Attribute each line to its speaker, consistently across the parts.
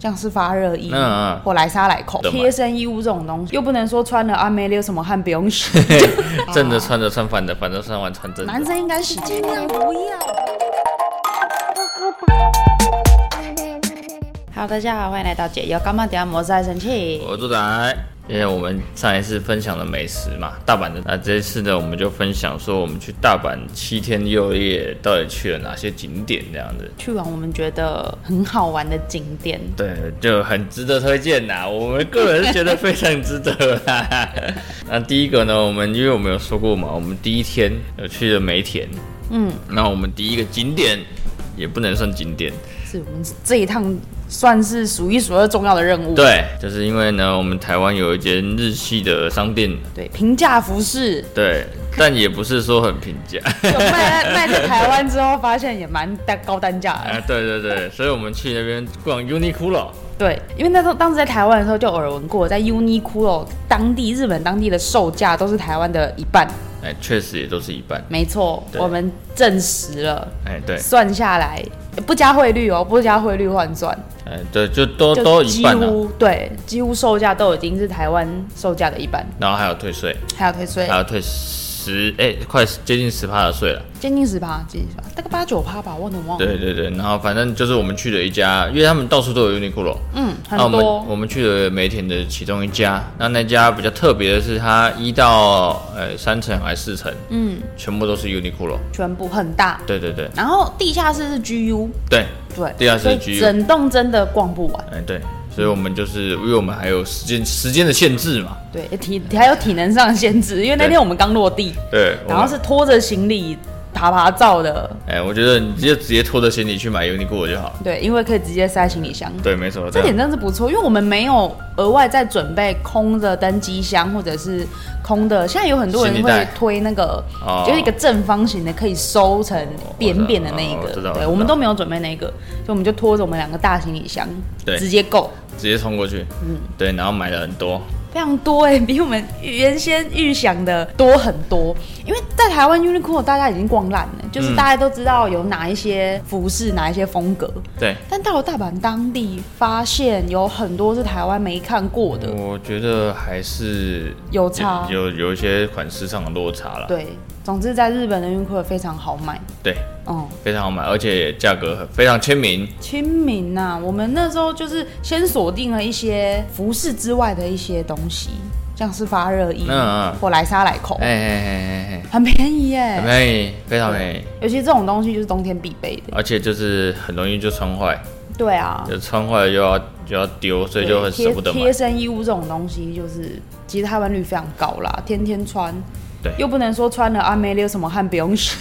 Speaker 1: 像是发热衣、
Speaker 2: 嗯嗯
Speaker 1: 或来沙来口、
Speaker 2: 对嘛
Speaker 1: 贴身衣物这种东西，又不能说穿了啊没流什么汗不用 洗。
Speaker 2: 正着穿着穿反的，反正穿完穿正
Speaker 1: 男
Speaker 2: 的。
Speaker 1: 生应该洗尽量不要。Hello，大家好，欢迎来到解忧干嘛？等下摩斯爱生气。
Speaker 2: 我住宅，因为我们上一次分享了美食嘛，大阪的。那这一次呢，我们就分享说我们去大阪七天六夜到底去了哪些景点这样子。
Speaker 1: 去完我们觉得很好玩的景点，
Speaker 2: 对，就很值得推荐呐。我们个人是觉得非常值得啦。 那第一个呢，我们因为我们有说过嘛，我们第一天有去了梅田。
Speaker 1: 嗯，
Speaker 2: 那我们第一个景点也不能算景点，
Speaker 1: 是我们这一趟算是数一数二重要的任务。
Speaker 2: 对，就是因为呢，我们台湾有一间日系的商店，
Speaker 1: 对，平价服饰，
Speaker 2: 对，但也不是说很平 价。
Speaker 1: 就卖卖在台湾之后，发现也蛮单高单价的。
Speaker 2: 啊，对对对，所以我们去那边逛 Uniqlo，
Speaker 1: 对，因为那时候当时在台湾的时候就耳闻过，在 Uniqlo 当地日本当地的售价都是台湾的一半，
Speaker 2: 哎，确实也都是一半。
Speaker 1: 没错，
Speaker 2: 对
Speaker 1: 我们证实了，
Speaker 2: 哎，对，
Speaker 1: 算下来不加汇率哦，不加汇率换算，
Speaker 2: 哎，对，就都
Speaker 1: 就
Speaker 2: 都一
Speaker 1: 几
Speaker 2: 半啊了、
Speaker 1: 乎对，几乎售价都已经是台湾售价的一半，
Speaker 2: 然后还有退税，
Speaker 1: 还有退税
Speaker 2: 还，有退十，哎，快接近十趴的税了。
Speaker 1: 接近十趴，接近十趴，大概八九趴吧，忘了忘了，
Speaker 2: 对对对，然后反正就是我们去了一家，因为他们到处都有 Uniqlo，
Speaker 1: 嗯，很
Speaker 2: 那我们
Speaker 1: 多，
Speaker 2: 我们去了梅田的其中一家，那那家比较特别的是，它一到呃三层还是四层，
Speaker 1: 嗯，
Speaker 2: 全部都是 Uniqlo。
Speaker 1: 全部很大，
Speaker 2: 对对对
Speaker 1: 然后地下室是 GU，
Speaker 2: 对，
Speaker 1: 对，
Speaker 2: 地下室
Speaker 1: 所以
Speaker 2: GU
Speaker 1: 整栋真的逛不完。
Speaker 2: 哎对，所以我们就是因为我们还有时间时间的限制嘛，
Speaker 1: 对体还有体能上的限制，因为那
Speaker 2: 对
Speaker 1: 天我们刚落地，
Speaker 2: 对，我们
Speaker 1: 然后是拖着行李爬爬照的，
Speaker 2: 哎，我觉得你就直接拖着行李去买 Uniqlo 就好。
Speaker 1: 对，因为可以直接塞行李箱。
Speaker 2: 对，啊没错，
Speaker 1: 这
Speaker 2: 样
Speaker 1: 点真是不错，因为我们没有额外再准备空的登机箱或者是空的。现在有很多人
Speaker 2: 行李
Speaker 1: 会
Speaker 2: 袋
Speaker 1: 推那个，
Speaker 2: 哦
Speaker 1: 就是一个正方形的，可以收成扁扁的那一
Speaker 2: 哦我知
Speaker 1: 个。
Speaker 2: 道我知
Speaker 1: 对，
Speaker 2: 道
Speaker 1: 我们都没有准备那个，所以我们就拖着我们两个大行李箱，
Speaker 2: 对
Speaker 1: 直接够，
Speaker 2: 直接冲过去，嗯，对，然后买了很多，
Speaker 1: 非常多哎、 比我们原先预想的多很多。因为在台湾 Uniqlo 大家已经逛烂了，
Speaker 2: 嗯
Speaker 1: 就是大家都知道有哪一些服饰、哪一些风格，
Speaker 2: 对，
Speaker 1: 但到了大阪当地，发现有很多是台湾没看过的，
Speaker 2: 我觉得还是
Speaker 1: 有差
Speaker 2: 嗯
Speaker 1: 啊
Speaker 2: 有有一些款式上的落差了，
Speaker 1: 对。总之，在日本的 Uniqlo 非常好买，
Speaker 2: 对，
Speaker 1: 嗯，
Speaker 2: 非常好买，而且价格很非常亲民，
Speaker 1: 亲民呐、我们那时候就是先锁定了一些服饰之外的一些东西，像是发热衣、
Speaker 2: 嗯嗯
Speaker 1: 或莱莎莱口，
Speaker 2: 哎哎哎哎
Speaker 1: 很便宜耶、
Speaker 2: 哎，很便宜，非常便宜，
Speaker 1: 尤其这种东西就是冬天必备的。
Speaker 2: 而且就是很容易就穿坏，
Speaker 1: 对啊，
Speaker 2: 就穿坏了又要就要丢，所以就很舍不得
Speaker 1: 贴
Speaker 2: 买
Speaker 1: 贴。身衣物这种东西，就是其实台湾率非常高啦，天天穿。
Speaker 2: 对哎
Speaker 1: 又不能说穿了啊没流什么汗不用 洗，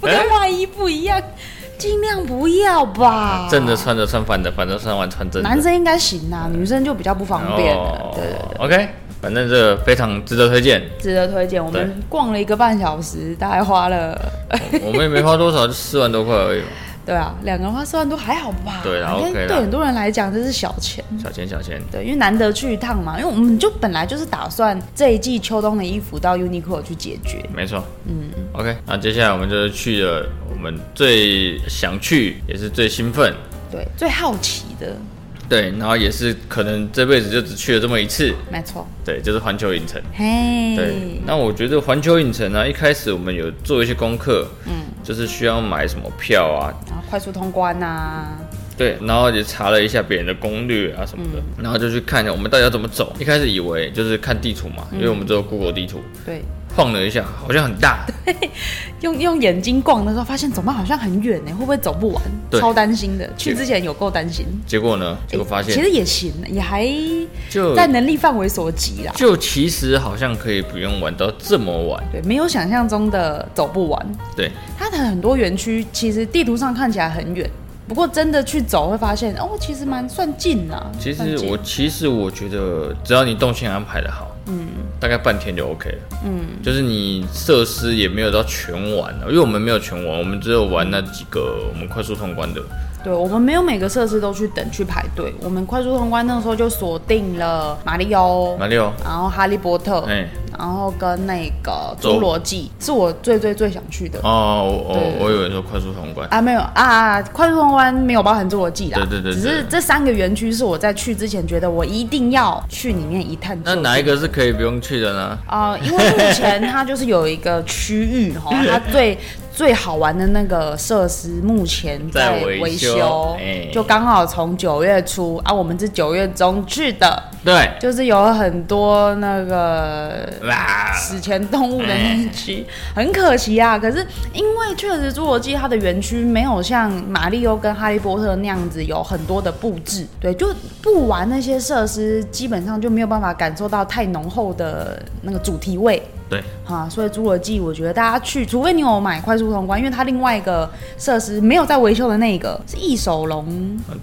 Speaker 1: 不跟外衣不一样，尽量不要吧。
Speaker 2: 正着穿着穿反的，反正穿完穿正的。
Speaker 1: 啊男生应该行啊，女生就比较不方便了
Speaker 2: 哦。
Speaker 1: 对对
Speaker 2: OK，反正这个非常值得推荐。
Speaker 1: 对，值得推荐。我们逛了一个半小时，大概花了，
Speaker 2: 我们也没花多少，就四万多块而已嘛，
Speaker 1: 对啊，两个人花四万多还好吧？
Speaker 2: 对啦
Speaker 1: 应该
Speaker 2: OK 啦
Speaker 1: 对很多人来讲这是小钱。
Speaker 2: 小钱小钱。
Speaker 1: 对，因为难得去一趟嘛，因为我们就本来就是打算这一季秋冬的衣服到 Uniqlo 去解决。
Speaker 2: 没错，嗯，OK，那接下来我们就是去了我们最想去，也是最兴奋，
Speaker 1: 对，最好奇的，
Speaker 2: 对，然后也是可能这辈子就只去了这么一次，
Speaker 1: 没错。
Speaker 2: 对，就是环球影城。
Speaker 1: 嘿，
Speaker 2: 对，那我觉得环球影城呢、啊一开始我们有做一些功课，
Speaker 1: 嗯，
Speaker 2: 就是需要买什么票啊，
Speaker 1: 然后快速通关呐、啊，
Speaker 2: 对，然后也查了一下别人的攻略啊什么的，
Speaker 1: 嗯
Speaker 2: 然后就去看我们到底要怎么走。一开始以为就是看地图
Speaker 1: 嗯
Speaker 2: 嘛，因为我们只有 Google 地图，
Speaker 1: 对，
Speaker 2: 晃了一下，好像很大，
Speaker 1: 用用眼睛逛的时候，发现走慢好像很远呢，会不会走不完？
Speaker 2: 对
Speaker 1: 超担心的。去之前有够担心，
Speaker 2: 结果呢，结果发
Speaker 1: 哎其
Speaker 2: 现
Speaker 1: 实也行，也还
Speaker 2: 就
Speaker 1: 在能力范围所及啦。
Speaker 2: 就其实好像可以不用玩到这么晚，
Speaker 1: 对，没有想象中的走不完。
Speaker 2: 对，
Speaker 1: 它的很多园区其实地图上看起来很远，不过真的去走会发现，哦，其实蛮算近啊。
Speaker 2: 其
Speaker 1: 算
Speaker 2: 实
Speaker 1: 近
Speaker 2: 我其实我觉得，只要你动线安排的好，嗯，大概半天就 OK 了。嗯，就是你设施啊也没有到全玩了，因为我们没有全玩，我们只有玩那几个我们快速通关的。
Speaker 1: 对我们没有每个设施都去等去排队，我们快速通关那时候就锁定了马里奥，
Speaker 2: 马里奥，
Speaker 1: 然后哈利波特，
Speaker 2: 哎，
Speaker 1: 然后跟那个
Speaker 2: 走
Speaker 1: 侏罗纪是我最最最想去的。
Speaker 2: 哦，我
Speaker 1: 对
Speaker 2: 我我以为说快速通关，
Speaker 1: 啊，没有啊，快速通关没有包含侏罗纪啦。
Speaker 2: 对对
Speaker 1: 只
Speaker 2: 对
Speaker 1: 是
Speaker 2: 对
Speaker 1: 这三个园区是我在去之前觉得我一定要去里面一探究
Speaker 2: 那
Speaker 1: 竟。
Speaker 2: 哪一个是可以不用去的呢？
Speaker 1: 呃，因为目前它就是有一个区域哈，它最最好玩的那个设施目前
Speaker 2: 在维
Speaker 1: 维
Speaker 2: 修
Speaker 1: 修
Speaker 2: 哎，
Speaker 1: 就刚好从九月初啊，我们是九月中去的，
Speaker 2: 对，
Speaker 1: 就是有很多那个
Speaker 2: 哇，
Speaker 1: 史前动物的那一区，很可惜啊。可是因为确实侏罗纪它的园区没有像马里奥跟哈利波特那样子有很多的布置，对，就不玩那些设施，基本上就没有办法感受到太浓厚的那个主题味。
Speaker 2: 对，
Speaker 1: 啊，所以侏罗纪，我觉得大家去，除非你有买快速通关，因为它另外一个设施没有在维修的那一个是异手龙，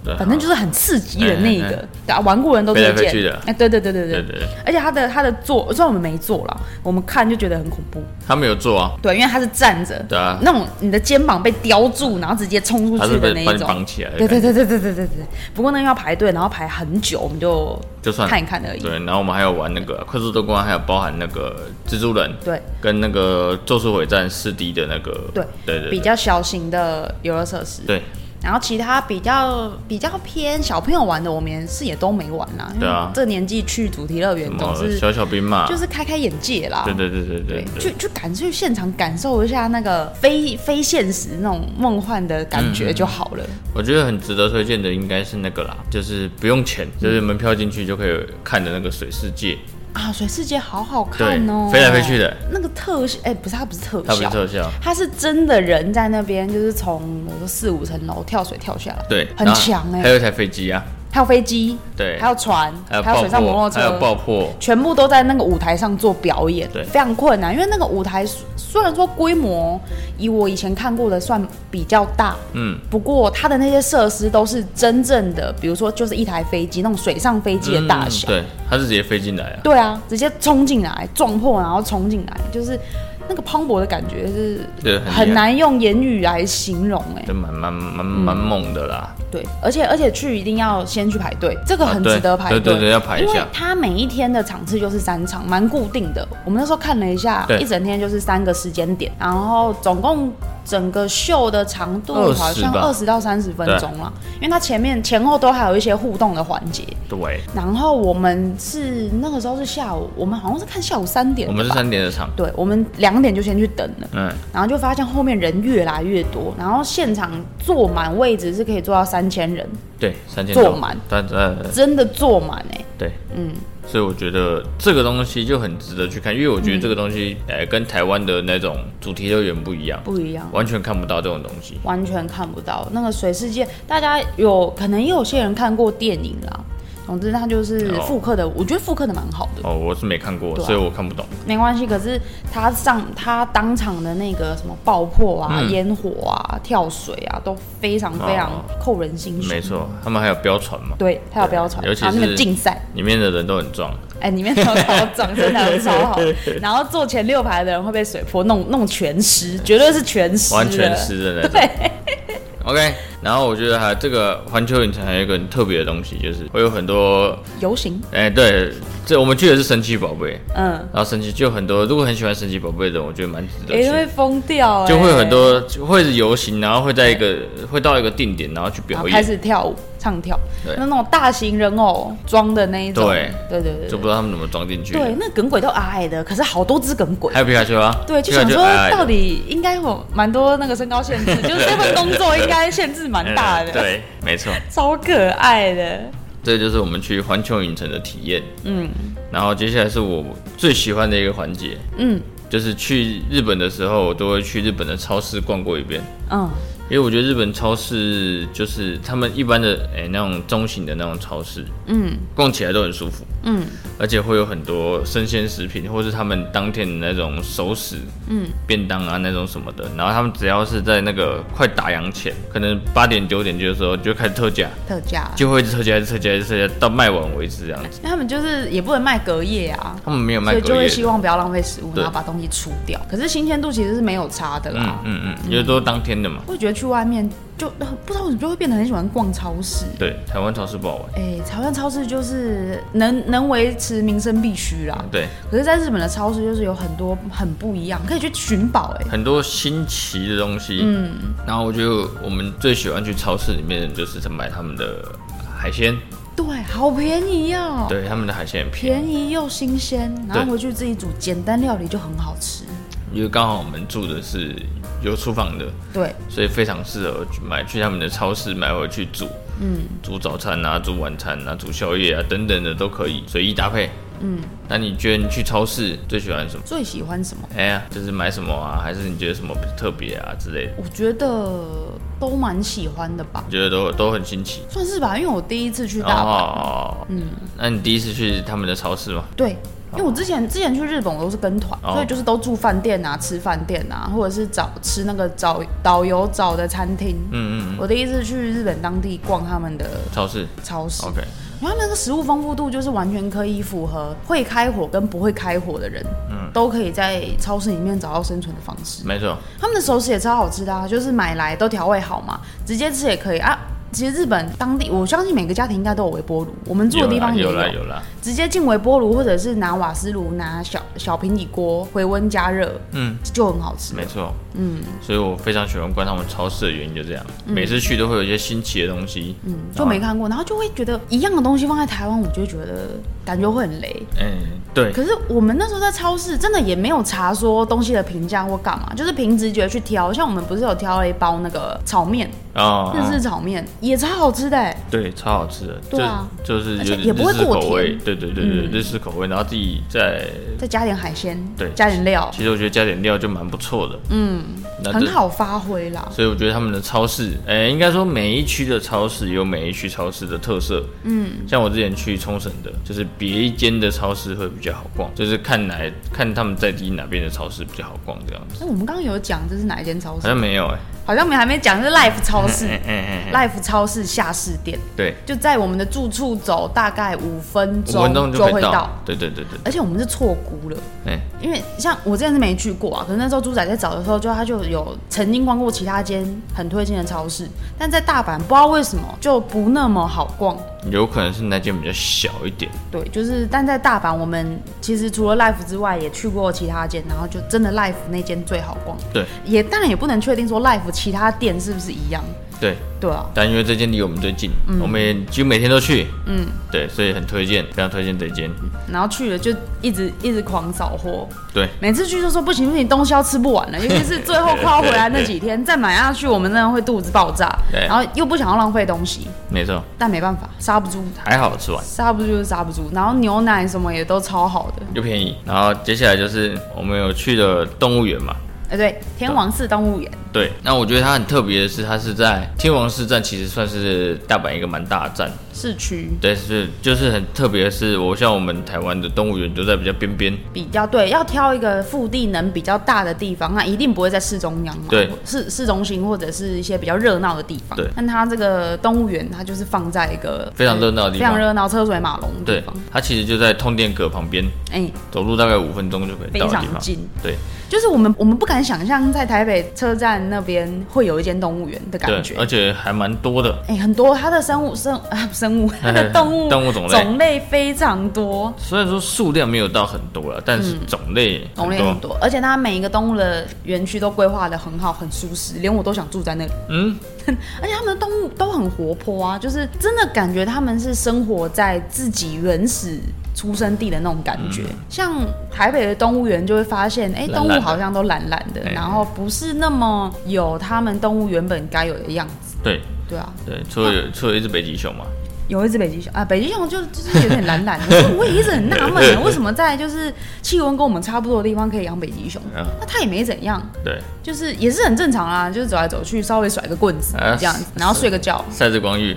Speaker 2: 对
Speaker 1: 反正就是很刺激的那一
Speaker 2: 嗯嗯
Speaker 1: 个，对啊玩过人都
Speaker 2: 飞来
Speaker 1: 推
Speaker 2: 飞去
Speaker 1: 荐
Speaker 2: 的。
Speaker 1: 哎，对对对对
Speaker 2: 对
Speaker 1: 对，
Speaker 2: 对，对
Speaker 1: 而且它的它的坐，虽然我们没坐了，我们看就觉得很恐怖。
Speaker 2: 他们有做啊，
Speaker 1: 对，因为它是站着，
Speaker 2: 对啊，
Speaker 1: 那种你的肩膀被叼住，然后直接冲出
Speaker 2: 他
Speaker 1: 去
Speaker 2: 是
Speaker 1: 的
Speaker 2: 被
Speaker 1: 那
Speaker 2: 把
Speaker 1: 一
Speaker 2: 你
Speaker 1: 种。
Speaker 2: 绑起来的
Speaker 1: 对
Speaker 2: 感觉，
Speaker 1: 对对对对对对对。不过那个要排队，然后排很久，我们就
Speaker 2: 就算了
Speaker 1: 看一看而已。
Speaker 2: 对，然后我们还有玩那个快速通关，还有包含那个蜘蛛人
Speaker 1: 对
Speaker 2: 跟那个咒术回战四 D 的那个，
Speaker 1: 对
Speaker 2: 对对
Speaker 1: 比
Speaker 2: 对
Speaker 1: 较小型的游乐设施。
Speaker 2: 对，
Speaker 1: 然后其他比较比较偏小朋友玩的，我们也是也都没玩啦。因为
Speaker 2: 对啊
Speaker 1: 这年纪去主题乐园
Speaker 2: 什
Speaker 1: 总
Speaker 2: 么
Speaker 1: 是
Speaker 2: 小小兵嘛，
Speaker 1: 就是开开眼界啦。
Speaker 2: 对对对对对对，
Speaker 1: 去去感去现场感受一下那个非非现实那种梦幻的感觉就好了。
Speaker 2: 我觉得很值得推荐的应该是那个啦，就是不用钱，
Speaker 1: 嗯
Speaker 2: 就是门票进去就可以看的那个水世界，
Speaker 1: 啊，水世界好好看哦、
Speaker 2: 对飞来飞去的，
Speaker 1: 那个特效，哎、不是它不是特
Speaker 2: 它不是
Speaker 1: 效，
Speaker 2: 特效，
Speaker 1: 它是真的人在那边，就是从比如说四五层楼跳水跳下来，
Speaker 2: 对，
Speaker 1: 很
Speaker 2: 然后
Speaker 1: 强哎、
Speaker 2: 还有一台飞机啊，
Speaker 1: 还有飞机，
Speaker 2: 对
Speaker 1: 还有船，
Speaker 2: 还有
Speaker 1: 还有水上摩
Speaker 2: 爆
Speaker 1: 托
Speaker 2: 破，还有爆
Speaker 1: 车。
Speaker 2: 破，
Speaker 1: 全部都在那个舞台上做表演，
Speaker 2: 对
Speaker 1: 非常困难，因为那个舞台虽虽然说规模以我以前看过的算比较大，
Speaker 2: 嗯，
Speaker 1: 不过它的那些设施都是真正的，比如说就是一台飞机那种水上飞机的大
Speaker 2: 嗯
Speaker 1: 小，
Speaker 2: 对，它是直接飞进来啊，
Speaker 1: 对啊，直接冲进来撞破，然后冲进来，就是那个磅礴的感觉是
Speaker 2: 对，很厉害
Speaker 1: 很，难用言语来形容哎、
Speaker 2: 就蛮蛮蛮蛮猛的啦，
Speaker 1: 对，而且而且去一定要先去排队，这个
Speaker 2: 啊
Speaker 1: 很
Speaker 2: 对
Speaker 1: 值得排队、
Speaker 2: 对对对要排一下
Speaker 1: 因为它每一天的场次就是三场，蛮固定的。我们那时候看了一下，
Speaker 2: 对
Speaker 1: 一整天就是三个时间点，然后总共整个秀的长度
Speaker 2: 20
Speaker 1: 好像
Speaker 2: 吧
Speaker 1: 二十到三十分钟啦，因为它前面前后都还有一些互动的环节。
Speaker 2: 对，
Speaker 1: 然后我们是那个时候是下午，我们好像是看下午三点
Speaker 2: 我
Speaker 1: 吧，
Speaker 2: 们是三点的场，
Speaker 1: 对，我们两点就先去等了。
Speaker 2: 嗯，
Speaker 1: 然后就发现后面人越来越多，然后现场坐满位置是可以坐到三千人，
Speaker 2: 对，三千
Speaker 1: 坐
Speaker 2: 多
Speaker 1: 满，
Speaker 2: 但呃，
Speaker 1: 真的坐满哎、
Speaker 2: 对，
Speaker 1: 嗯，
Speaker 2: 所以我觉得这个东西就很值得去看，因为我觉得这个东西，呃、跟台湾的那种主题乐园不一样，
Speaker 1: 不一样，
Speaker 2: 完全看不到这种东西。
Speaker 1: 完全看不到那个水世界。大家有可能也有些人看过电影啦，总之它就是
Speaker 2: 哦
Speaker 1: 复刻的，我觉得复刻的蛮好的，
Speaker 2: 哦，我是没看过，
Speaker 1: 对啊
Speaker 2: 所以我看不懂。
Speaker 1: 没关系。可是它上它当场的那个什么爆破啊、
Speaker 2: 嗯
Speaker 1: 烟火啊、跳水啊，都非常非常
Speaker 2: 哦
Speaker 1: 扣人心弦。
Speaker 2: 没错，他们还有标船嘛，
Speaker 1: 对，它有标船，
Speaker 2: 对尤其
Speaker 1: 然后那个
Speaker 2: 是
Speaker 1: 竞赛。
Speaker 2: 里面的人都很壮。
Speaker 1: 哎、里面都超壮，真的超 好。然后坐前六排的人会被水泼弄弄全湿，绝对是全湿，
Speaker 2: 完全。湿的那种。OK，然后我觉得还这个环球影城还有一个很特别的东西，就是会有很多，
Speaker 1: 游行，
Speaker 2: 哎、对，这我们去的是神奇宝贝，
Speaker 1: 嗯，
Speaker 2: 然后神奇就很多，如果很喜欢神奇宝贝的人，我觉得蛮值得
Speaker 1: 也、
Speaker 2: 去
Speaker 1: 会
Speaker 2: 的。
Speaker 1: 疯掉、哎
Speaker 2: 就会很多就会游行，然后会在一个会到一个定点，然后去
Speaker 1: 然
Speaker 2: 表
Speaker 1: 后开
Speaker 2: 演，
Speaker 1: 始跳舞、唱跳，
Speaker 2: 对
Speaker 1: 那那种大型人偶装的那一种，
Speaker 2: 对
Speaker 1: 对对
Speaker 2: 就
Speaker 1: 对
Speaker 2: 不知道他们怎么装进去的。
Speaker 1: 对，那耿鬼都矮矮的，可是好多只耿鬼
Speaker 2: 还。有皮卡丘啊，
Speaker 1: 对，就
Speaker 2: 皮卡
Speaker 1: 想
Speaker 2: 丘
Speaker 1: 说
Speaker 2: 矮矮的
Speaker 1: 到底应该有蛮多那个身高限 制，就是这份工作应该限制蛮大的，
Speaker 2: 嗯，对，没错，
Speaker 1: 超可爱的，
Speaker 2: 这就是我们去环球影城的体验。嗯，然后接下来是我最喜欢的一个环节，
Speaker 1: 嗯
Speaker 2: 就是去日本的时候，我都会去日本的超市逛过一遍。
Speaker 1: 嗯，
Speaker 2: 因为我觉得日本超市就是他们一般的哎、那种中型的那种超市，嗯，逛起来都很舒服，嗯，而且会有很多生鲜食品，或是他们当天的那种熟食，嗯，便当啊那种什么的。然后他们只要是在那个快打烊前，可能八点九点的时候就开始特价，
Speaker 1: 特价。
Speaker 2: 就会一直特价，一直特价，一直特价到卖完为止这样子。
Speaker 1: 那他们就是也不能卖隔夜啊，
Speaker 2: 他们没有卖
Speaker 1: 所以就
Speaker 2: 隔夜
Speaker 1: 会
Speaker 2: 的
Speaker 1: 希，望不要浪费食物，
Speaker 2: 对
Speaker 1: 然后把东西出掉。可是新鲜度其实是没有差的啦。
Speaker 2: 嗯嗯嗯，因为都是当天的嘛。
Speaker 1: 我觉得去外面就不知道为什么就会变得很喜欢逛超市。
Speaker 2: 对，台湾超市不好玩。
Speaker 1: 哎、台湾超市就是能能维持民生必须啦。
Speaker 2: 对，
Speaker 1: 可是，在日本的超市就是有很多很不一样，可以去寻宝哎。
Speaker 2: 很多新奇的东西。嗯，然后我觉得我们最喜欢去超市里面就是买他们的海鲜，
Speaker 1: 对，好便宜哦、
Speaker 2: 对，他们的海鲜很便宜。
Speaker 1: 便宜又新鲜，然
Speaker 2: 对
Speaker 1: 后回去自己煮简单料理就很好吃。
Speaker 2: 因为刚好我们住的是有厨房的，
Speaker 1: 对，
Speaker 2: 所以非常适合去买去他们的超市买回去煮，嗯，煮早餐啊，煮晚餐啊，煮宵夜啊等等的都可以随意搭配。嗯，那你觉得你去超市最喜欢什么？
Speaker 1: 最喜欢什么？
Speaker 2: 哎呀，就是买什么啊，还是你觉得什么特别啊之类的？
Speaker 1: 我觉得都蛮喜欢的吧，
Speaker 2: 你觉得都都很新奇。
Speaker 1: 算是吧，因为我第一次去大阪，
Speaker 2: 哦，嗯，那你第一次去他们的超市吗？
Speaker 1: 对。因为我之前之前去日本，我都是跟团，
Speaker 2: 哦
Speaker 1: 所以就是都住饭店啊，吃饭店啊，或者是找吃那个找导游找的餐厅。
Speaker 2: 嗯嗯，
Speaker 1: 我第一次去日本当地逛他们的
Speaker 2: 超市
Speaker 1: 超市，
Speaker 2: ，OK，
Speaker 1: 然后他们那个食物丰富度就是完全可以符合会开火跟不会开火的人，
Speaker 2: 嗯
Speaker 1: 都可以在超市里面找到生存的方式。
Speaker 2: 没错，
Speaker 1: 他们的熟食也超好吃的、啊，就是买来都调味好嘛，直接吃也可以啊。其实日本当地，我相信每个家庭应该都有微波炉，我们住的地方也
Speaker 2: 有啦有啦，
Speaker 1: 直接进微波炉或者是拿瓦斯炉、拿小小平底锅回温加热，
Speaker 2: 嗯，
Speaker 1: 就很好吃。
Speaker 2: 没错，嗯，所以我非常喜欢逛他们超市的原因就这样，每次去都会有一些新奇的东西，嗯，
Speaker 1: 嗯就没看过，然后就会觉得一样的东西放在台湾，我就会觉得感觉会很雷。
Speaker 2: 嗯，对，
Speaker 1: 可是我们那时候在超市真的也没有查说东西的评价或干嘛，就是凭直觉去挑。像我们不是有挑了一包那个炒面，
Speaker 2: 哦，
Speaker 1: 日式炒面也超好吃的、欸，
Speaker 2: 对，超好吃的，
Speaker 1: 对啊
Speaker 2: 就就是
Speaker 1: 而
Speaker 2: 有
Speaker 1: 且也
Speaker 2: 点
Speaker 1: 不会
Speaker 2: 日式
Speaker 1: 过
Speaker 2: 口味，
Speaker 1: 甜嗯
Speaker 2: 对对对对，日式口味，然后自己在，
Speaker 1: 再加点海鲜，
Speaker 2: 对
Speaker 1: 加点料，
Speaker 2: 其实我觉得加点料就蛮不错的，嗯，
Speaker 1: 很。好发挥啦。
Speaker 2: 所以我觉得他们的超市，诶、应该说每一区的超市有每一区超市的特色。嗯，像我之前去冲绳的，就是别一间的超市会比较好逛，就是看来看他们在地哪边的超市比较好逛这样子。
Speaker 1: 那我们刚刚有讲这是哪一间超
Speaker 2: 好
Speaker 1: 市？
Speaker 2: 像没有哎、
Speaker 1: 好像我们还没讲，是 Life 超市
Speaker 2: 嗯嗯嗯，
Speaker 1: ，Life 超市下市店，
Speaker 2: 对，
Speaker 1: 就在我们的住处走大概五分
Speaker 2: 五分钟
Speaker 1: 钟
Speaker 2: 就可
Speaker 1: 会
Speaker 2: 以
Speaker 1: 到
Speaker 2: 到。。对对对对，
Speaker 1: 而且我们是错估了，
Speaker 2: 哎、
Speaker 1: 因为像我之前是没去过啊，可是那时候猪仔在找的时候，就他就有曾经逛过其他间很推荐的超市，但在大阪不知道为什么就不那么好逛。
Speaker 2: 有可能是那间比较小一点。
Speaker 1: 对，就是但在大阪，我们其实除了 Life 之外，也去过其他间，然后就真的 Life 那间最好逛。
Speaker 2: 对
Speaker 1: 也当然也不能确定说 Life 其他店是不是一样。
Speaker 2: 对，
Speaker 1: 对啊，
Speaker 2: 但因为这间离我们最近，我们也几乎每天都去。嗯，对，所以很推荐，非常推荐这间。
Speaker 1: 然后去了就一直一直狂扫货，
Speaker 2: 对，
Speaker 1: 每次去就说不行不行，东西要吃不完了，尤其是最后快要回来那几天，再买下去我们真的会肚子爆炸，
Speaker 2: 对
Speaker 1: 然后又不想要浪费东西，
Speaker 2: 没错，
Speaker 1: 但没办法，刹不住，
Speaker 2: 还好吃完。
Speaker 1: 刹不住就是刹不住。然后牛奶什么也都超好的，
Speaker 2: 又便宜。然后接下来就是我们有去的动物园嘛，
Speaker 1: 哎对，天王寺动物园，
Speaker 2: 对。那我觉得它很特别的是，它是在天王寺站，其实算是大阪一个蛮大的站，
Speaker 1: 市区
Speaker 2: 对，是就是很特别的是，我像我们台湾的动物园都在比较边边，
Speaker 1: 比较对，要挑一个腹地能比较大的地方，那一定不会在市中央嘛，啊
Speaker 2: 对，
Speaker 1: 市市中心或者是一些比较热闹的地方。
Speaker 2: 对
Speaker 1: 但它这个动物园，它就是放在一个哎
Speaker 2: 非常热闹的地
Speaker 1: 非
Speaker 2: 方
Speaker 1: 常热闹、车水马龙的地
Speaker 2: 对
Speaker 1: 方。，
Speaker 2: 它其实就在通电阁旁边，
Speaker 1: 哎、
Speaker 2: 走路大概五分钟就可以
Speaker 1: 非
Speaker 2: 到的地
Speaker 1: 常
Speaker 2: 方。
Speaker 1: 近，
Speaker 2: 对
Speaker 1: 就是我们我们不敢想象在台北车站那边会有一间动物园的感
Speaker 2: 对，
Speaker 1: 觉
Speaker 2: 而。且还蛮多的，
Speaker 1: 哎、很多它的生物生 啊生物，它的动物
Speaker 2: 动物种类
Speaker 1: 种类非常多，
Speaker 2: 虽然说数量没有到很多了，但是种类
Speaker 1: 嗯种类很多，而且它每一个动物的园区都规划的很好，很舒适，连我都想住在那里。
Speaker 2: 嗯，
Speaker 1: 而且他们的动物都很活泼啊，就是真的感觉他们是生活在自己原始出生地的那种感觉。像台北的动物园就会发现，哎、
Speaker 2: 嗯懒
Speaker 1: 动
Speaker 2: 懒
Speaker 1: 物
Speaker 2: 的
Speaker 1: 好像都懒懒的，
Speaker 2: 哎
Speaker 1: 然后不是那么有他们动物原本该有的样子。
Speaker 2: 对
Speaker 1: 对啊，
Speaker 2: 对，除了有除了一只北极熊嘛，
Speaker 1: 有一只北极熊啊，北极熊就就是有点懒懒的， 所以我也一直很纳闷，啊为什么在就是气温跟我们差不多的地方可以养北极熊？
Speaker 2: 嗯
Speaker 1: 那它也没怎样，
Speaker 2: 对，
Speaker 1: 就是也是很正常啊，就是走来走去，稍微甩个棍子
Speaker 2: 啊
Speaker 1: 这样子，然后睡个觉。
Speaker 2: 晒着光浴，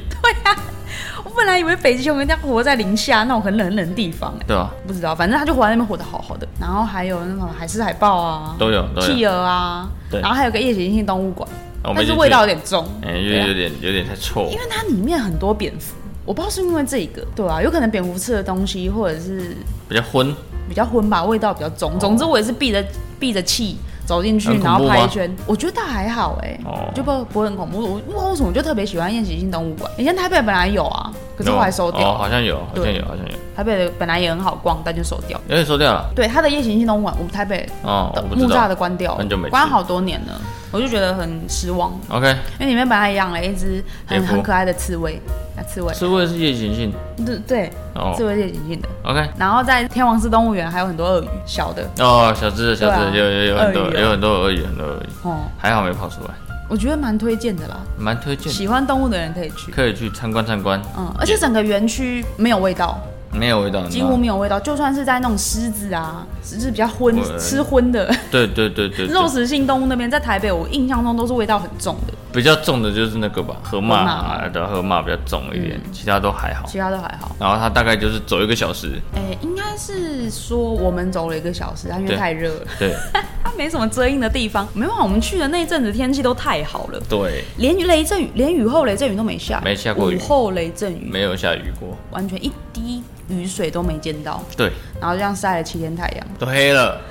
Speaker 1: 我本来以为北极熊一定要活在零下那种很冷很冷的地方、欸，
Speaker 2: 对吧？
Speaker 1: 不知道，反正它就活在那边活得好好的。然后还有那种海狮、海豹啊，
Speaker 2: 都有都有
Speaker 1: 企。鹅啊，
Speaker 2: 对
Speaker 1: 然后还有个夜行性动物馆，
Speaker 2: 我们
Speaker 1: 但
Speaker 2: 已
Speaker 1: 是
Speaker 2: 经
Speaker 1: 味
Speaker 2: 去
Speaker 1: 道有点重，
Speaker 2: 哎、
Speaker 1: 对啊
Speaker 2: 有有点有点太臭
Speaker 1: 因。为它里面很多蝙蝠，我不知道是因为这个，对啊，有可能蝙蝠吃的东西或者是
Speaker 2: 比较昏。
Speaker 1: 比较荤吧，味道比较重。总之我也是避着避着气走进去
Speaker 2: 哦很恐
Speaker 1: 然
Speaker 2: 怖
Speaker 1: 后
Speaker 2: 吗
Speaker 1: 拍一圈，我觉得倒还好哎、
Speaker 2: 哦
Speaker 1: 就不不会很恐怖。我不知道为什么我就特别喜欢宴席性动物馆，以前台北本来有啊，可是后来收掉
Speaker 2: 哦，
Speaker 1: 了。
Speaker 2: 好像有，好像
Speaker 1: 对
Speaker 2: 有，好像有，
Speaker 1: 台北的本来也很好逛，但就收掉了。
Speaker 2: 有点收掉了。
Speaker 1: 对，它的夜行性动物馆，我们台北
Speaker 2: 哦，
Speaker 1: 的
Speaker 2: 我不知
Speaker 1: 木栅
Speaker 2: 道。
Speaker 1: 的关掉了
Speaker 2: 很久没去
Speaker 1: 关好多年了，我就觉得很失望，
Speaker 2: OK，
Speaker 1: 因为里面本来养了一只很
Speaker 2: 蝙蝠
Speaker 1: 很可爱的刺猬，啊，刺猬，
Speaker 2: 刺猬是夜行性。
Speaker 1: 对对，
Speaker 2: 哦
Speaker 1: 刺猬夜行性的。
Speaker 2: ，OK，
Speaker 1: 然后在天王寺动物园还有很多鳄鱼，小的
Speaker 2: 哦，小只的小只的，
Speaker 1: 对
Speaker 2: 有
Speaker 1: 啊
Speaker 2: 有有很多
Speaker 1: 鳄鱼啊
Speaker 2: 有很多鳄鱼，很多鳄鱼，
Speaker 1: 哦，
Speaker 2: 还好没跑出来，
Speaker 1: 我觉得蛮推荐的啦，
Speaker 2: 蛮推荐的，
Speaker 1: 喜欢动物的人可以去。
Speaker 2: 可以去参观参观，
Speaker 1: 嗯，而且整个园区没有味道，
Speaker 2: 没有味道，
Speaker 1: 几乎没有味道。就算是在那种狮子啊，就是比较荤
Speaker 2: 我
Speaker 1: 吃荤的
Speaker 2: 对对对对，对
Speaker 1: 肉食性动物那边，在台北我印象中都是味道很重的，
Speaker 2: 比较重的就是那个吧，河马
Speaker 1: 河嗯
Speaker 2: 啊，对，河马比较重一点，其他都还好。
Speaker 1: 其他都还好。
Speaker 2: 然后它大概就是走一个小时，
Speaker 1: 哎、应该是说我们走了一个小时，它因为
Speaker 2: 对
Speaker 1: 太热了，
Speaker 2: 对
Speaker 1: 它没什么遮阴的地方。没办法，我们去的那一阵子天气都太好了，
Speaker 2: 对，
Speaker 1: 连雨雷阵雨，连雨后雷阵雨都没下，
Speaker 2: 没下过雨
Speaker 1: 午后雷阵雨
Speaker 2: 没有下雨过，
Speaker 1: 完全一滴雨水都没见到，
Speaker 2: 对，
Speaker 1: 然后这样晒了七天太阳。
Speaker 2: 都黑了，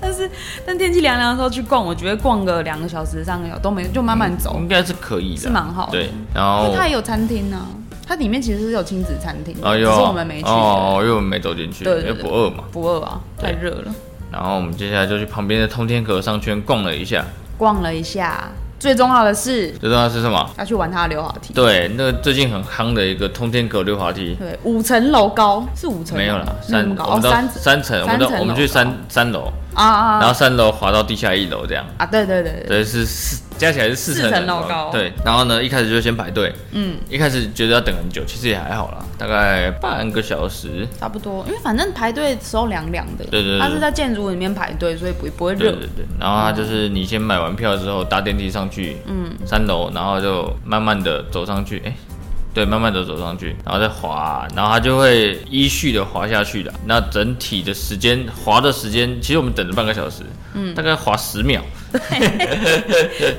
Speaker 1: 但是，但天气凉凉的时候去逛，我觉得逛个两个小时、三个小时都没，就慢慢走，
Speaker 2: 应该是可以的，
Speaker 1: 是蛮好的
Speaker 2: 对，然
Speaker 1: 因
Speaker 2: 后
Speaker 1: 为它也有餐厅啊，它里面其实是有亲子餐厅，
Speaker 2: 哦
Speaker 1: 只
Speaker 2: 有
Speaker 1: 是我们没去，
Speaker 2: 哦，因为我们没走进去，
Speaker 1: 对对
Speaker 2: 因
Speaker 1: 对
Speaker 2: 为不饿嘛。
Speaker 1: 不饿啊，太热了。
Speaker 2: 然后我们接下来就去旁边的通天阁商圈逛了一下，
Speaker 1: 逛了一下，最重要的是
Speaker 2: 最重要是什么？
Speaker 1: 要去玩它的溜滑梯。
Speaker 2: 对，那个最近很夯的一个通天阁溜滑梯，
Speaker 1: 对，五层楼高是五层楼吗，
Speaker 2: 没有啦，
Speaker 1: 那
Speaker 2: 三
Speaker 1: 么高
Speaker 2: 我
Speaker 1: 哦
Speaker 2: 们到
Speaker 1: 三层
Speaker 2: 三层，我们到
Speaker 1: 三层
Speaker 2: 我们去
Speaker 1: 楼
Speaker 2: 三三楼，
Speaker 1: 啊啊
Speaker 2: 然
Speaker 1: 啊
Speaker 2: 后三楼滑到地下一楼这样。
Speaker 1: 啊！对对对对，
Speaker 2: 对，是四加起来是四层
Speaker 1: 四层
Speaker 2: 楼
Speaker 1: 楼高
Speaker 2: 对，然后呢，一开始就先排队，嗯，一开始觉得要等很久，其实也还好啦，大概半个小时。
Speaker 1: 差不多，因为反正排队的时候凉凉的，
Speaker 2: 对对对
Speaker 1: 它是在建筑里面排队，所以不不会
Speaker 2: 对
Speaker 1: 热
Speaker 2: 对。对，然后它就是你先买完票之后搭电梯上去，嗯，三楼，然后就慢慢的走上去，哎、对，慢慢的走上去，然后再滑，然后它就会依序的滑下去的。那整体的时间滑的时间，其实我们等了半个小时，嗯，大概滑十秒，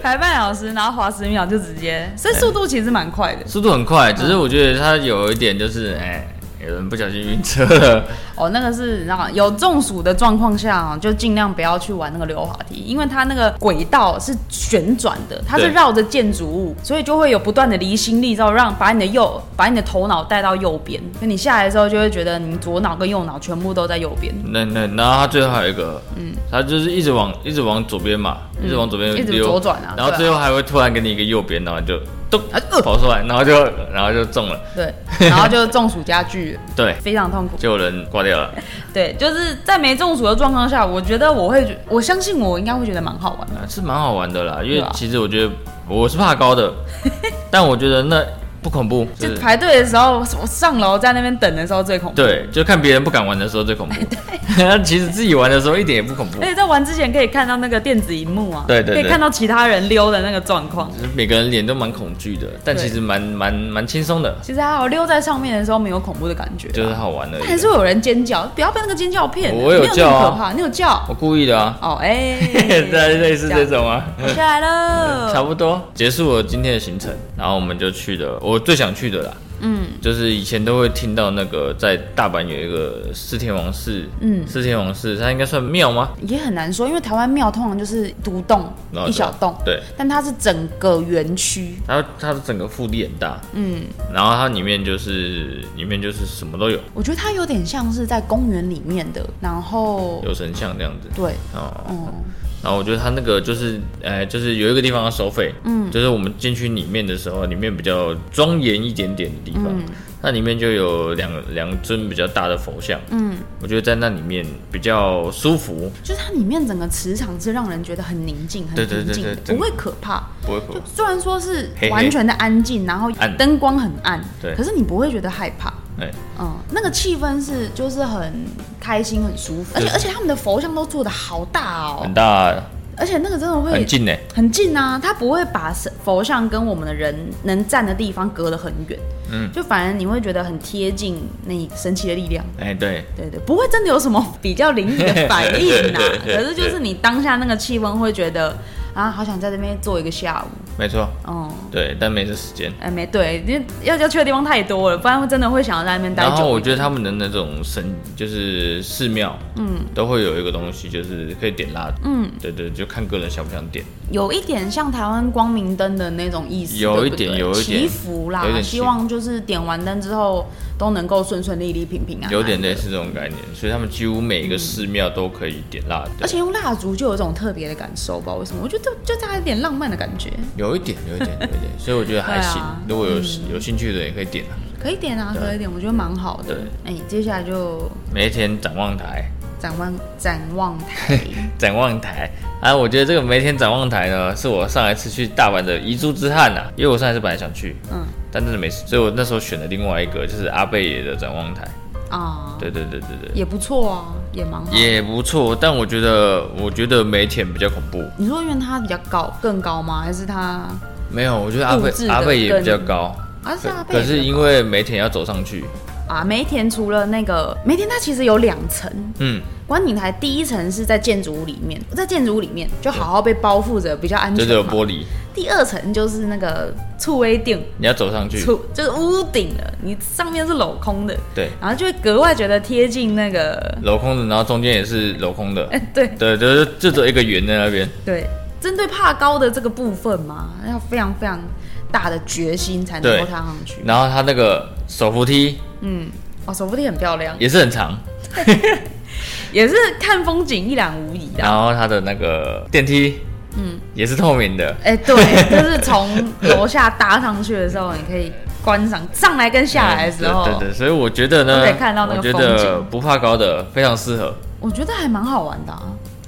Speaker 1: 排半小时，然后滑十秒就直接，所以速度其实蛮快的。
Speaker 2: 速度很
Speaker 1: 嗯
Speaker 2: 快，只是我觉得它有一点就是，哎、有人不小心晕车 了。
Speaker 1: 哦，那个是你知道吗有中暑的状况下啊，就尽量不要去玩那个溜滑梯，因为它那个轨道是旋转的，它是
Speaker 2: 对
Speaker 1: 绕着建筑物，所以就会有不断的离心力，之后让把你的右把你的头脑带到右边，所以你下来的时候就会觉得你左脑跟右脑全部都在右边。
Speaker 2: 那那然后他最后还有一个，嗯，他就是一直往一直往左边嘛，一直往左边
Speaker 1: 一直
Speaker 2: 溜
Speaker 1: 左转啊
Speaker 2: 嗯然后最后还会突然给你一个右边，然后就咚
Speaker 1: 啊呃
Speaker 2: 跑出来，然后就然后就中了，
Speaker 1: 对， 然后就中暑加剧，
Speaker 2: 对，
Speaker 1: 非常痛苦。
Speaker 2: 就有人挂掉了，
Speaker 1: 对，就是在没中暑的状况下，我觉得我会觉，我相信我应该会觉得蛮好玩的。
Speaker 2: 啊是蛮好玩的啦，因
Speaker 1: 对
Speaker 2: 为
Speaker 1: 啊
Speaker 2: 其实我觉得我是怕 高的，但我觉得那不恐怖，就
Speaker 1: 就是排队的时候，我上楼在那边等的时候最恐怖。
Speaker 2: 对，就看别人不敢玩的时候最 恐怖， 其实自己玩的时候一点也不恐怖
Speaker 1: 而，且在玩之前可以看到那个电子荧幕啊，
Speaker 2: 对对对
Speaker 1: 可以看到其他人溜的那个状况。
Speaker 2: 每个人脸都蛮恐惧的，但
Speaker 1: 对
Speaker 2: 其实蛮蛮蛮轻松的，
Speaker 1: 其实还好，溜在上面的时候没有恐怖的感觉啊、
Speaker 2: 就是好玩而
Speaker 1: 但还
Speaker 2: 已
Speaker 1: 是。会有人尖叫，不要被那个尖叫骗。
Speaker 2: 我有
Speaker 1: 没有
Speaker 2: 叫
Speaker 1: 那
Speaker 2: 啊
Speaker 1: 么可怕，你有叫？
Speaker 2: 我故意 的啊，
Speaker 1: 哦，哎、
Speaker 2: 对，类似这
Speaker 1: 样，
Speaker 2: 种啊。嗯
Speaker 1: 我下来了。
Speaker 2: 差不多结束了今天的行程，然后我们就去了我最想去的啦。嗯，就是以前都会听到那个在大阪有一个四天王寺，嗯，四天王寺它应该算庙吗？
Speaker 1: 也很难说，因为台湾庙通常就是独栋
Speaker 2: 然后
Speaker 1: 一小栋，
Speaker 2: 哦对，
Speaker 1: 但它是整个园区，
Speaker 2: 它它的整个腹地很大，嗯，然后它里面就是里面就是什么都有，
Speaker 1: 我觉得它有点像是在公园里面的，然后
Speaker 2: 有神像这样子。
Speaker 1: 对，
Speaker 2: 哦，
Speaker 1: 嗯，
Speaker 2: 然后我觉得它那个就是，呃，就是有一个地方要收费，嗯，就是我们进去里面的时候，里面比较庄严一点点的地方，
Speaker 1: 嗯
Speaker 2: 那里面就有两两尊比较大的佛像，嗯，我觉得在那里面比较舒服，
Speaker 1: 就是它里面整个磁场是让人觉得很宁静、很
Speaker 2: 对对
Speaker 1: 平静
Speaker 2: 对对
Speaker 1: 的，
Speaker 2: 整
Speaker 1: 不
Speaker 2: 个
Speaker 1: 会可怕。
Speaker 2: 不会恐
Speaker 1: 就虽然说是
Speaker 2: 黑黑
Speaker 1: 完全的安静，然后
Speaker 2: 暗
Speaker 1: 灯光很暗，
Speaker 2: 对
Speaker 1: 可是你不会觉得害怕。
Speaker 2: 哎，
Speaker 1: 嗯，那个气氛是就是很开心、很舒服，而且而且他们的佛像都做的好大哦
Speaker 2: 很，大
Speaker 1: 而且那个真的会
Speaker 2: 很近呢，
Speaker 1: 很近啊，它不会把神佛像跟我们的人能站的地方隔得很远，嗯，就反而你会觉得很贴近那神奇的力量。
Speaker 2: 哎，对，
Speaker 1: 对对，不会真的有什么比较灵异的反 啊应呐、可是就是你当下那个气氛会觉得啊，好想在这边坐一个下午，
Speaker 2: 没错，
Speaker 1: 哦，
Speaker 2: 对，但没这时间。
Speaker 1: 哎，没对，因为要要去的地方太多了，不然会真的会想要在那边待
Speaker 2: 然后
Speaker 1: 久
Speaker 2: 我
Speaker 1: 一点。
Speaker 2: 觉得他们的那种神就是寺庙，嗯，都会有一个东西，就是可以点蜡烛，嗯，对对，就看个人想不想点。
Speaker 1: 有一点像台湾光明灯的那种意思，
Speaker 2: 有
Speaker 1: 对
Speaker 2: 一
Speaker 1: 不对
Speaker 2: 点有一点
Speaker 1: 祈福啦
Speaker 2: 有一，点祈
Speaker 1: 希望就是点完灯之后都能够顺顺利利、平平安安。
Speaker 2: 有点类似这种概念，所以他们几乎每一个寺庙都可以点蜡
Speaker 1: 而
Speaker 2: 烛，
Speaker 1: 且用蜡烛就有一种特别的感受，不知道为什么，我觉得就就带一点浪漫的感觉，
Speaker 2: 有一点，有一点，有 一点，所以我觉得还行
Speaker 1: 对啊。
Speaker 2: 如果有有兴趣的也可以点啊。
Speaker 1: 可以点啊，可以点，我觉得蛮好的。哎、接下来就
Speaker 2: 每一天展望台，
Speaker 1: 展望展望台，
Speaker 2: 展望台啊，我觉得这个梅天展望台呢，是我上一次去大阪的遗珠之汉呐、啊，因为我上一次本来想去，
Speaker 1: 嗯
Speaker 2: 但真的没时，所以我那时候选了另外一个，就是阿贝野的展望台。
Speaker 1: 啊，
Speaker 2: 对对对对对，
Speaker 1: 也不错啊，也蛮好。
Speaker 2: 也不错，但我觉得我觉得梅田比较恐怖。
Speaker 1: 你说因为它比较高，更高吗？还是它
Speaker 2: 没有，我觉得阿贝
Speaker 1: 布置的
Speaker 2: 阿贝野比较高，
Speaker 1: 啊是阿贝野
Speaker 2: 可可是
Speaker 1: 比较
Speaker 2: 因
Speaker 1: 高
Speaker 2: 为梅田要走上去，
Speaker 1: 啊梅田除了那个梅田，它其实有两层。
Speaker 2: 嗯，
Speaker 1: 观景台第一层是在建筑物里面，在建筑物里面就好好被包覆着，比较安
Speaker 2: 就
Speaker 1: 全
Speaker 2: 是有
Speaker 1: 嘛。
Speaker 2: 玻璃，
Speaker 1: 第二层就是那个触微顶，
Speaker 2: 你要走上去，
Speaker 1: 触就是屋顶了，你上面是镂空的，
Speaker 2: 对，
Speaker 1: 然后就会格外觉得贴近那个，哎
Speaker 2: 镂空的，然后中间也是镂空的，
Speaker 1: 对
Speaker 2: 对，就是就只有一个圆在那边。
Speaker 1: 对，针对怕高的这个部分嘛，要非常非常大的决心才能够
Speaker 2: 对
Speaker 1: 踏上去。
Speaker 2: 然后它那个手扶梯
Speaker 1: 哦，手扶梯很漂亮，
Speaker 2: 也是很长，
Speaker 1: 也是看风景一览无遗的。
Speaker 2: 然后它的那个电梯，嗯，也是透明的，
Speaker 1: 哎、对，就是从楼下搭上去的时候，你可以观赏上来跟下来的时候，
Speaker 2: 对对对，所以我觉得呢，
Speaker 1: 都可以看到那个
Speaker 2: 我觉
Speaker 1: 风
Speaker 2: 得
Speaker 1: 景
Speaker 2: 不怕高的非常适合，
Speaker 1: 我觉得还蛮好玩的、啊。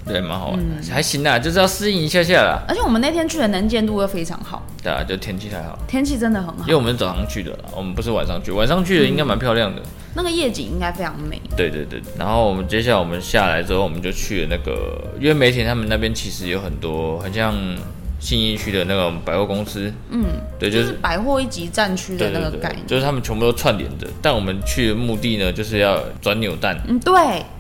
Speaker 2: 对，蛮好玩
Speaker 1: 嗯
Speaker 2: 的，还行啦，就是要适应一下下啦。
Speaker 1: 而且我们那天去的能见度又非常好，
Speaker 2: 对啊，就天气还好，
Speaker 1: 天气真的很好
Speaker 2: 因，为我们是早上去的啦，我们不是晚上去，晚上去的应该蛮漂亮的。
Speaker 1: 那个夜景应该非常美。
Speaker 2: 对对对，然后我们接下来我们下来之后，我们就去了那个，因为梅田他们那边其实有很多很像信义区的那种百货公司，嗯，对，就
Speaker 1: 就是是百货一级战区的
Speaker 2: 对
Speaker 1: 那
Speaker 2: 对
Speaker 1: 个概
Speaker 2: 对
Speaker 1: 念，，
Speaker 2: 就是他们全部都串联的。但我们去的目的呢，就是要转扭蛋，
Speaker 1: 嗯，对，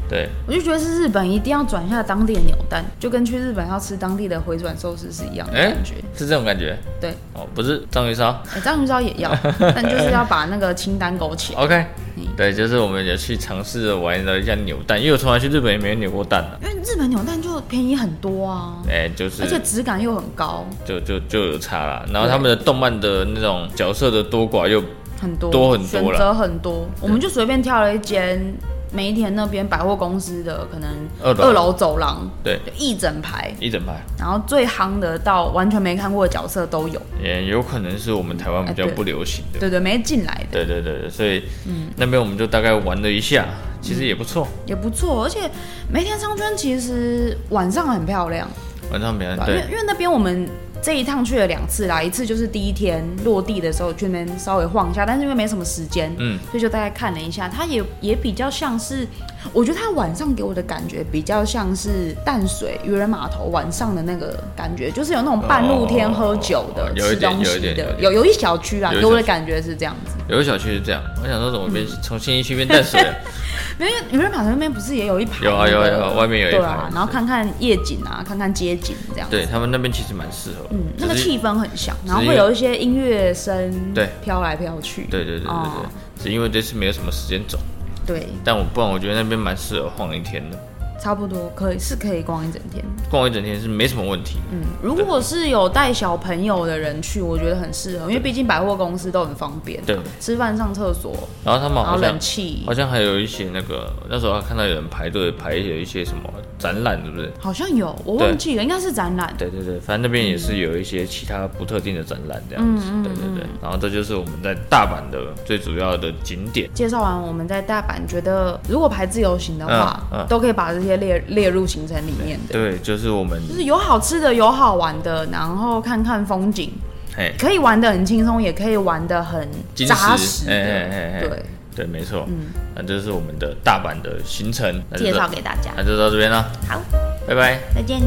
Speaker 2: 对，
Speaker 1: 我就觉得是日本一定要转一下当地的扭蛋，就跟去日本要吃当地的回转寿司是一样的
Speaker 2: 哎、
Speaker 1: 感觉。
Speaker 2: 是这种感觉
Speaker 1: 对，
Speaker 2: 哦，不是章鱼烧
Speaker 1: 哎章鱼烧也 要，但就是要把那个清单勾起来，
Speaker 2: ，OK，
Speaker 1: 嗯
Speaker 2: 对，就是我们也去尝试着玩了一下扭蛋，因为我从来去日本也没有扭过蛋啊，
Speaker 1: 因为日本扭蛋就便宜很多啊，
Speaker 2: 哎、就是
Speaker 1: 而且质感又很高，
Speaker 2: 就就就有差啦。然后他们的动漫的那种角色的多寡又
Speaker 1: 很多
Speaker 2: 多很多
Speaker 1: 选
Speaker 2: 啦
Speaker 1: 择很多，我们就随便挑了一间梅田那边百货公司的可能
Speaker 2: 二楼
Speaker 1: 走廊，
Speaker 2: 对
Speaker 1: 就一整排，
Speaker 2: 一整排，
Speaker 1: 然后最夯的到完全没看过的角色都有，
Speaker 2: 也有可能是我们台湾比较
Speaker 1: 哎对嗯
Speaker 2: 不流行的。
Speaker 1: 对对，没进来的
Speaker 2: 对对对对，所以、那边我们就大概玩了一下，其实也不错，
Speaker 1: 也不错，而且梅田商圈其实晚上很漂亮，
Speaker 2: 晚上没人
Speaker 1: 对吧，因
Speaker 2: 对
Speaker 1: 为因为那边我们。这一趟去了两次啦，一次就是第一天落地的时候去那边稍微晃一下，但是因为没什么时间，
Speaker 2: 嗯
Speaker 1: 所以就大概看了一下。它也也比较像是，我觉得它晚上给我的感觉比较像是淡水渔人码头晚上的那个感觉，就是有那种半露天喝酒的、
Speaker 2: 哦有一
Speaker 1: 吃
Speaker 2: 点
Speaker 1: 东
Speaker 2: 有一
Speaker 1: 西
Speaker 2: 点
Speaker 1: 的，有
Speaker 2: 有
Speaker 1: 有一小区啦，
Speaker 2: 有一
Speaker 1: 给我
Speaker 2: 小
Speaker 1: 的
Speaker 2: 区
Speaker 1: 感觉是这样子。
Speaker 2: 有一小区是这样，我想说怎么变
Speaker 1: 嗯
Speaker 2: 从新一区变淡 水了？啊
Speaker 1: 没有，渔人码头那边不是也有一排那
Speaker 2: 有啊
Speaker 1: 个？
Speaker 2: 有啊有啊外面有一
Speaker 1: 对
Speaker 2: 排
Speaker 1: 啊，然后看看夜景啊，看看街景这样。
Speaker 2: 对他们那边其实蛮适合，
Speaker 1: 嗯，那个
Speaker 2: 只是
Speaker 1: 气氛很像，
Speaker 2: 是
Speaker 1: 然后
Speaker 2: 因
Speaker 1: 会
Speaker 2: 为
Speaker 1: 有一些音乐声，
Speaker 2: 对，
Speaker 1: 飘来飘去。
Speaker 2: 对对对对对，
Speaker 1: 哦
Speaker 2: 只因为这次没有什么时间走，
Speaker 1: 对，
Speaker 2: 但我不然我觉得那边蛮适合晃一天的，
Speaker 1: 差不多可以是可以逛一整天。
Speaker 2: 逛一整天是没什么问题。
Speaker 1: 嗯，如果是有带小朋友的人去，我觉得很适合，因为毕竟百货公司都很方便，
Speaker 2: 对，
Speaker 1: 吃饭、上厕所，
Speaker 2: 然后他们
Speaker 1: 然后
Speaker 2: 好像
Speaker 1: 冷气
Speaker 2: 好像还有一些那个那时候还看到有人排队排有一些什么展览，是不是？
Speaker 1: 好像有，我忘记了，应该是展览。
Speaker 2: 对对对，反正那边也是有一些其他不特定的展览这样子，
Speaker 1: 嗯
Speaker 2: 对对对。然后这就是我们在大阪的最主要的景点，
Speaker 1: 介绍完我们在大阪，觉得如果排自由行的话，
Speaker 2: 嗯嗯
Speaker 1: 都可以把这些列列入行程里面的。
Speaker 2: 对，就是我们
Speaker 1: 就是有好吃的，有好玩的，然后看看风景，
Speaker 2: 哎
Speaker 1: 可以玩的很轻松，也可以玩的很
Speaker 2: 金石
Speaker 1: 扎实的。
Speaker 2: 哎哎哎哎
Speaker 1: 对，
Speaker 2: 对，没错，那这是我们的大阪的行程，那
Speaker 1: 嗯
Speaker 2: 就
Speaker 1: 介
Speaker 2: 到
Speaker 1: 绍给大家。
Speaker 2: 那就到这边了，
Speaker 1: 好，
Speaker 2: 拜拜。
Speaker 1: 再见。